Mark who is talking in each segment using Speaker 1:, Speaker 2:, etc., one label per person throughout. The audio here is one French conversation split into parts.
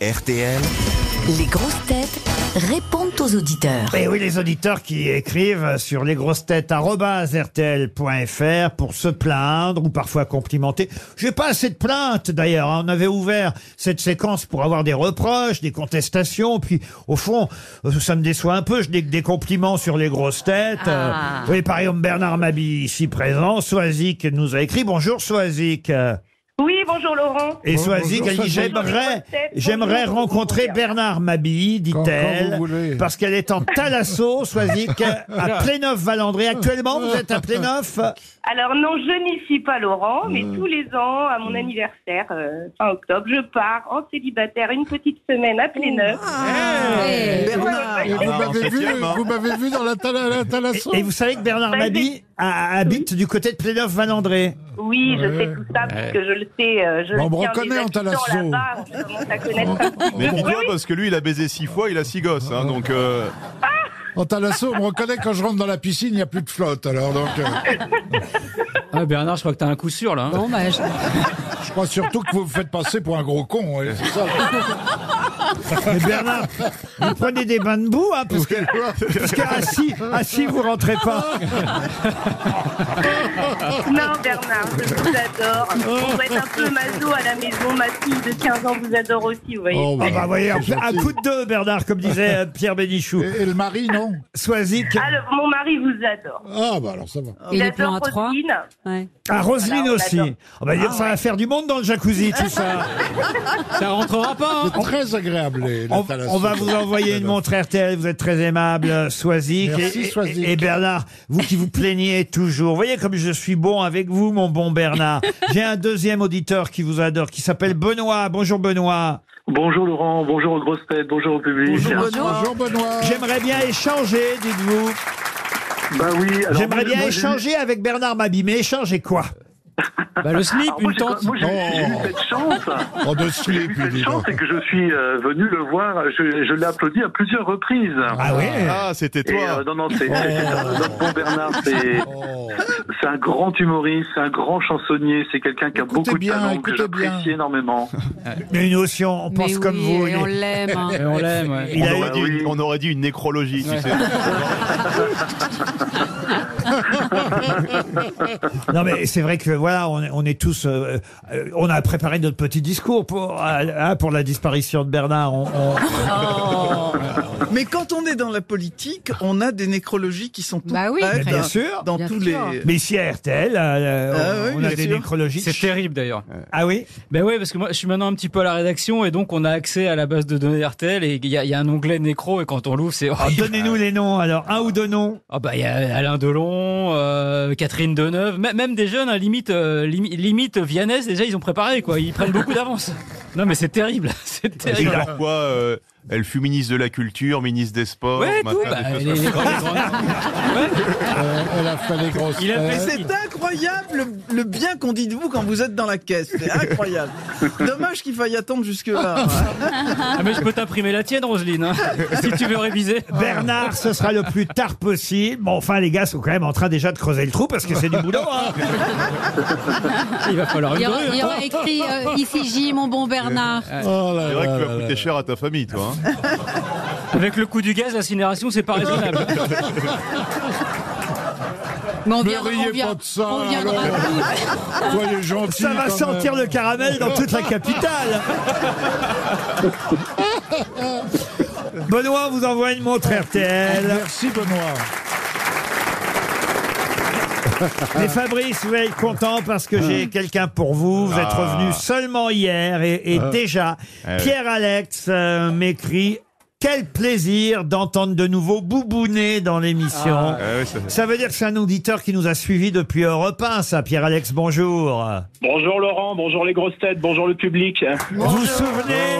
Speaker 1: RTL.
Speaker 2: Les grosses têtes répondent aux auditeurs.
Speaker 3: Et Eh oui, les auditeurs qui écrivent sur lesgrossetêtes.rtl.fr pour se plaindre ou parfois complimenter. J'ai pas assez de plaintes d'ailleurs. hein. On avait ouvert cette séquence pour avoir des reproches, des contestations. Puis au fond, euh, ça me déçoit un peu. Je n'ai que des compliments sur les grosses têtes. Euh,
Speaker 4: Ah.
Speaker 3: oui, par exemple, Bernard Mabi ici présent. Soazic nous a écrit. Bonjour Soazic. Euh,
Speaker 5: Oui, bonjour Laurent.
Speaker 3: Et Soazic, elle dit
Speaker 5: Soazic.
Speaker 3: J'aimerais,
Speaker 5: Bonjour,
Speaker 3: j'aimerais
Speaker 5: bonjour,
Speaker 3: rencontrer
Speaker 5: bonjour.
Speaker 3: Bernard Mabille,
Speaker 6: quand
Speaker 3: dit-elle,
Speaker 6: vous voulez.
Speaker 3: parce qu'elle est en Talasso, Soazic, à Pléneuf-Valandré. Actuellement, vous êtes à Pléneuf
Speaker 5: Alors non, je n'y suis pas Laurent, mais tous les ans, à mon anniversaire, euh, fin octobre, je pars en célibataire une petite semaine à Pléneuf.
Speaker 3: Ah.
Speaker 6: Bernard, et vous
Speaker 1: Ah, on
Speaker 6: m'avez
Speaker 1: se
Speaker 6: vu,
Speaker 1: calme, hein.
Speaker 6: vous m'avez vu dans la thala- la thalasso.
Speaker 3: Et vous savez que Bernard
Speaker 5: Bah,
Speaker 3: Mabille a- habite du côté de Pléneuf-Valandré.
Speaker 5: Oui, je
Speaker 6: Ouais.
Speaker 5: sais tout ça, parce que je le sais, euh, je
Speaker 6: Bah,
Speaker 5: le
Speaker 6: on me
Speaker 5: sais, hein,
Speaker 6: reconnaît
Speaker 5: des
Speaker 6: en
Speaker 5: habitants
Speaker 6: Talasso.
Speaker 5: là-bas, on commence à connaître.
Speaker 1: Mais
Speaker 5: Ah Oui,
Speaker 1: dis-toi,
Speaker 5: oui,
Speaker 1: parce que lui, il a baisé six fois, il a six gosses. hein, donc, euh,
Speaker 6: En thalasso, on me reconnaît quand je rentre dans la piscine, il n'y a plus de flotte. Alors donc, euh,
Speaker 7: Ah, Bernard, je crois que t'as un coup sûr là. hein.
Speaker 4: Hommage.
Speaker 6: je crois surtout que vous vous faites passer pour un gros con. ouais, c'est ça.
Speaker 3: Ah bah, Mais Bernard, vous prenez des bains de boue, hein, parce que, parce que ah, assis, assis, vous rentrez pas.
Speaker 6: Ah,
Speaker 5: Non, Bernard, je vous adore. On doit être un peu maso à la maison. Ma fille de 15 ans vous adore aussi, vous voyez.
Speaker 6: Oh,
Speaker 3: Ah bah, voyez,
Speaker 6: c'est
Speaker 3: un
Speaker 6: gentil.
Speaker 3: coup de deux, Bernard, comme disait euh, Pierre Bénichou.
Speaker 6: Et, et le mari, non
Speaker 3: Soazic,
Speaker 5: Alors, mon mari vous adore.
Speaker 6: Ah bah alors ça va.
Speaker 4: Et
Speaker 5: Il
Speaker 4: les plans
Speaker 5: adore
Speaker 4: à trois
Speaker 5: Roselyne.
Speaker 4: Ouais.
Speaker 3: à Roselyne
Speaker 5: Voilà, on
Speaker 3: aussi.
Speaker 5: l'adore.
Speaker 3: Ah bah, ça va faire du monde dans le jacuzzi, tout ça.
Speaker 7: Ça rentrera pas. hein.
Speaker 6: Très agréable. les- la
Speaker 3: On,
Speaker 6: thalasso.
Speaker 3: on va vous envoyer une montre RTL, vous êtes très aimable, euh, Soisic.
Speaker 6: Merci,
Speaker 3: et, et-
Speaker 6: Soisic.
Speaker 3: et Bernard, vous qui vous plaignez toujours. Vous voyez comme je suis bon avec vous, mon bon Bernard. J'ai un deuxième auditeur qui vous adore, qui s'appelle Benoît. Bonjour Benoît.
Speaker 8: Bonjour Laurent, bonjour aux grosses têtes, bonjour au public.
Speaker 6: Bonjour Benoît.
Speaker 3: J'aimerais bien échanger, dites-vous.
Speaker 8: Bah oui, alors
Speaker 3: J'aimerais
Speaker 8: moi,
Speaker 3: bien
Speaker 8: moi, j'ai-
Speaker 3: échanger avec Bernard Mabi. Mais échanger quoi
Speaker 7: Bah, le slip,
Speaker 8: alors, moi,
Speaker 7: une
Speaker 8: j'ai-
Speaker 7: tente.
Speaker 8: Moi j'ai j'ai eu
Speaker 6: Oh.
Speaker 8: cette chance.
Speaker 6: En Oh, de
Speaker 8: J'ai
Speaker 6: slip,
Speaker 8: eu
Speaker 6: il
Speaker 8: cette
Speaker 6: dit.
Speaker 8: chance, c'est que je suis euh, venu le voir, je, je l'ai applaudi à plusieurs reprises.
Speaker 3: Ah oui
Speaker 1: ah, c'était
Speaker 8: Et
Speaker 1: toi.
Speaker 8: euh, non, non, c'est c'est un- non, bon Bernard, c'est
Speaker 6: Oh.
Speaker 8: c'est un grand humoriste, c'est un grand chansonnier, c'est quelqu'un qui a
Speaker 6: Écoutez
Speaker 8: beaucoup
Speaker 6: bien,
Speaker 8: de talent, que
Speaker 6: écoutez
Speaker 8: j'apprécie
Speaker 6: bien.
Speaker 8: énormément.
Speaker 3: Mais nous aussi, on on pense
Speaker 4: Mais
Speaker 3: comme
Speaker 4: oui,
Speaker 3: vous.
Speaker 4: et on l'aime. hein.
Speaker 7: Et on l'aime. ouais.
Speaker 3: Il
Speaker 1: on,
Speaker 3: a eu-
Speaker 1: aurait dit,
Speaker 8: oui.
Speaker 1: une- on aurait dit une nécrologie, tu
Speaker 7: Ouais.
Speaker 1: sais.
Speaker 3: Non mais c'est vrai que voilà, on, est- on est tous, euh, euh, on a préparé notre petit discours pour euh, hein, pour la disparition de Bernard. On- on-
Speaker 9: Mais quand on est dans la politique, on a des nécrologies qui sont toutes
Speaker 4: Bah oui,
Speaker 9: prêtes
Speaker 4: très
Speaker 3: bien
Speaker 9: dans-
Speaker 3: sûr.
Speaker 9: dans
Speaker 4: Bien
Speaker 9: tous
Speaker 4: sûr.
Speaker 9: les.
Speaker 3: Mais ici à RTL, euh,
Speaker 9: Ah
Speaker 3: on,
Speaker 9: oui,
Speaker 3: on a
Speaker 9: bien
Speaker 3: des
Speaker 9: sûr.
Speaker 3: nécrologies.
Speaker 7: C'est terrible d'ailleurs.
Speaker 3: Ah oui
Speaker 7: Ben ouais, parce que moi je suis maintenant un petit peu à la rédaction et donc on a accès à la base de données RTL et il y, a- il y a un onglet nécro et quand on l'ouvre c'est.
Speaker 3: Alors, Donnez-nous les noms, alors un ou deux noms.
Speaker 7: Ah bah il y a Alain Delon, euh, Catherine Deneuve, mê- même des jeunes, hein, limite, euh, limi- limite Vianney, déjà ils ont préparé quoi, ils prennent beaucoup d'avance. Non mais c'est terrible, c'est
Speaker 1: C'est
Speaker 7: terrible.
Speaker 1: genre quoi euh, Elle fut ministre de la Culture, ministre des Sports.
Speaker 7: Ouais, tout.
Speaker 1: machin,
Speaker 7: bah,
Speaker 1: des choses
Speaker 7: les-
Speaker 1: comme
Speaker 7: les
Speaker 1: ça.
Speaker 7: grands- les grands- Ouais.
Speaker 6: Euh, elle a fait les grosses
Speaker 7: Il a fait
Speaker 9: Mais
Speaker 6: têtes.
Speaker 9: c'est incroyable le, le bien qu'on dit de vous quand vous êtes dans la caisse. C'est incroyable. Dommage qu'il faille attendre jusque-là.
Speaker 7: Ah, mais je peux t'imprimer la tienne, Roselyne, hein, si tu veux réviser.
Speaker 9: Ah.
Speaker 3: Bernard, ce sera le plus tard possible. Bon, enfin, les gars sont quand même en train déjà de creuser le trou parce que c'est du boulot. hein.
Speaker 7: Il va falloir une
Speaker 4: Il y aura-
Speaker 7: grue.
Speaker 4: il y aura écrit euh, Ici J, mon bon Bernard.
Speaker 6: Oh là
Speaker 1: C'est vrai
Speaker 6: là
Speaker 1: que tu
Speaker 6: là
Speaker 1: vas
Speaker 6: là.
Speaker 1: coûter cher à ta famille, toi. hein.
Speaker 7: Avec le coût du gaz, l'incinération, c'est pas raisonnable.
Speaker 4: Mais on
Speaker 6: euh, Ne
Speaker 4: viendra-
Speaker 6: riez
Speaker 4: on vient-
Speaker 6: pas de ça, hein,
Speaker 4: on viendra
Speaker 6: alors.
Speaker 4: tous.
Speaker 6: Soyez gentils.
Speaker 3: Ça va
Speaker 6: quand
Speaker 3: sentir
Speaker 6: même.
Speaker 3: le caramel dans toute la capitale. Benoît on vous envoie une montre RTL.
Speaker 6: Merci Benoît.
Speaker 1: Ah.
Speaker 3: Mais Fabrice, vous allez être content parce que j'ai quelqu'un pour vous. Vous êtes
Speaker 1: Ah.
Speaker 3: revenu seulement hier et, et déjà,
Speaker 1: Eh oui.
Speaker 3: Pierre-Alex euh, m'écrit « Quel plaisir d'entendre de nouveau Boubounet dans l'émission
Speaker 1: Ah ouais, ça-
Speaker 3: Ça veut dire que c'est un auditeur qui nous a suivis depuis Europe 1, ça. Pierre-Alex, bonjour.
Speaker 8: Bonjour Laurent, bonjour les grosses têtes, bonjour le public.
Speaker 3: Vous vous souvenez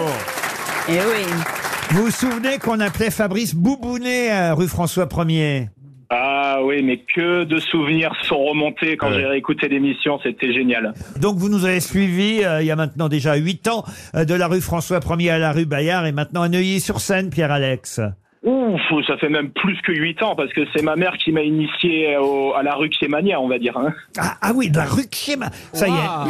Speaker 3: Vous vous souvenez qu'on appelait Fabrice Boubounet à rue François 1er
Speaker 8: Ah oui, mais que de souvenirs sont remontés quand
Speaker 1: Ouais.
Speaker 8: j'ai réécouté l'émission, c'était génial.
Speaker 3: Donc vous nous avez suivis euh, il y a maintenant déjà 8 ans euh, de la rue François 1er à la rue Bayard et maintenant à Neuilly-sur-Seine, Pierre-Alex.
Speaker 8: Ouh, ouf, ça fait même plus que 8 ans parce que c'est ma mère qui m'a initié au- à la ruxémania, on va dire. hein.
Speaker 3: Ah, ah oui, de la ruxima. Ça y est.
Speaker 7: Ah.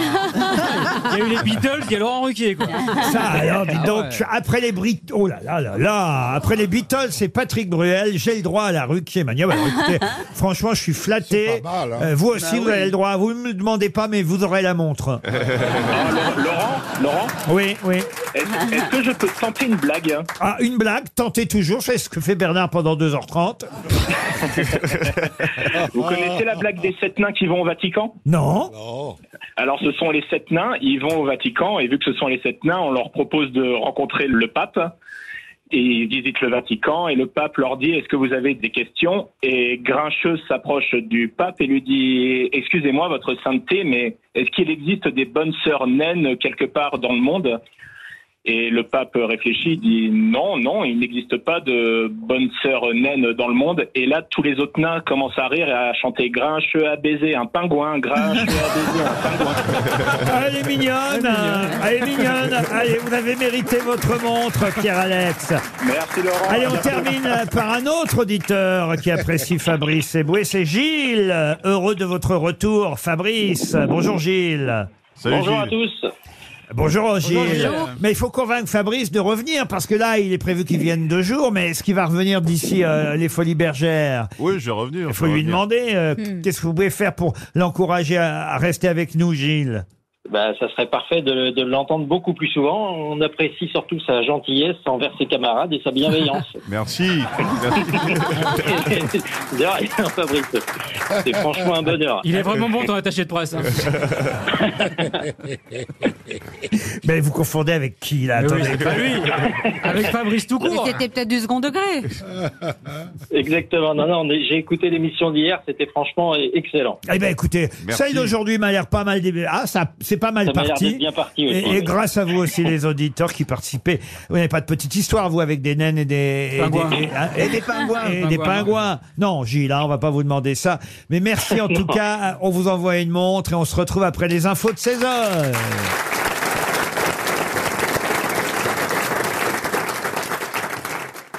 Speaker 7: Il y a eu les Beatles, il y a Laurent Ruquier, quoi.
Speaker 3: Ça, alors,
Speaker 9: Ah
Speaker 3: dis donc,
Speaker 7: ouais.
Speaker 3: tu- après les Brit... Oh là là là là Après les Beatles, c'est Patrick Bruel, j'ai le droit à la rue qui est mania. Bah, alors, écoutez, franchement, je suis flatté.
Speaker 6: C'est pas mal, hein.
Speaker 3: Euh, vous aussi,
Speaker 9: Bah
Speaker 3: vous
Speaker 9: oui.
Speaker 3: avez le droit. Vous ne me demandez pas, mais vous aurez la montre.
Speaker 8: Ah, Laurent, Laurent, Laurent,
Speaker 3: oui, oui.
Speaker 8: est-ce est-ce que je peux te tenter une blague hein
Speaker 3: Ah, une blague, tentez toujours. C'est ce que fait Bernard pendant 2h30.
Speaker 8: Vous connaissez la blague des sept nains qui vont au Vatican
Speaker 3: Non
Speaker 8: Alors ce sont les sept nains, ils vont au Vatican et vu que ce sont les sept nains, on leur propose de rencontrer le pape. Et ils visitent le Vatican et le pape leur dit est-ce que vous avez des questions Et Grincheuse s'approche du pape et lui dit excusez-moi votre sainteté mais est-ce qu'il existe des bonnes sœurs naines quelque part dans le monde Et le pape réfléchit dit non non il n'existe pas de bonnes sœurs naines dans le monde et là tous les autres nains commencent à rire et à chanter Grincheux à baiser un pingouin Grincheux à baiser un pingouin
Speaker 3: Ah, Elle est mignonne Elle est mignonne Allez, vous avez mérité votre montre, Pierre-Alex.
Speaker 8: Merci Laurent.
Speaker 3: Allez, on termine euh, par un autre auditeur qui apprécie Fabrice Eboué, c'est Gilles. Euh, Heureux de votre retour, Fabrice. Bonjour Gilles.
Speaker 1: Salut,
Speaker 8: Bonjour à
Speaker 1: Gilles.
Speaker 8: tous.
Speaker 3: Bonjour Gilles.
Speaker 9: Gilles.
Speaker 3: Mais il faut convaincre Fabrice de revenir parce que là, il est prévu qu'il vienne deux jours, mais est-ce qu'il va revenir d'ici euh, les Folies Bergères
Speaker 1: Oui, je vais revenir.
Speaker 3: Il
Speaker 1: je
Speaker 3: faut
Speaker 1: vais
Speaker 3: lui
Speaker 1: revenir.
Speaker 3: demander euh, qu'est-ce que vous pouvez faire pour l'encourager à, à rester avec nous, Gilles.
Speaker 10: Bah, ça serait parfait de, de l'entendre beaucoup plus souvent. On apprécie surtout sa gentillesse envers ses camarades et sa bienveillance.
Speaker 1: Merci.
Speaker 10: De rien, Fabrice. C'est franchement un bonheur.
Speaker 7: Il est vraiment bon ton attaché de presse. hein.
Speaker 3: Mais vous confondez avec qui là
Speaker 7: Mais Eh oui,
Speaker 3: Attendez.
Speaker 7: c'est pas lui. Avec Fabrice tout
Speaker 4: Mais
Speaker 7: court.
Speaker 4: C'était peut-être du second degré.
Speaker 10: Exactement. Non, non, on est- j'ai écouté l'émission d'hier. C'était franchement eh, excellent.
Speaker 3: Eh ben écoutez,
Speaker 1: Merci.
Speaker 3: celle d'aujourd'hui m'a l'air pas mal. dé- Ah, ça, c'est pas mal
Speaker 10: Ça m'a l'air
Speaker 3: parti.
Speaker 10: d'être bien parti aussi.
Speaker 3: Et, et grâce à vous aussi, les auditeurs qui participaient. Vous n'avez pas de petite histoire, vous, avec des naines et des. et
Speaker 7: Pingouins.
Speaker 3: des- hein, et des
Speaker 9: pingouins,
Speaker 3: et des
Speaker 7: pingouins.
Speaker 3: pingouins. Non, Gilles, hein, on va pas vous demander ça. Mais merci en tout cas. On vous envoie une montre et on se retrouve après les infos de 16 heures.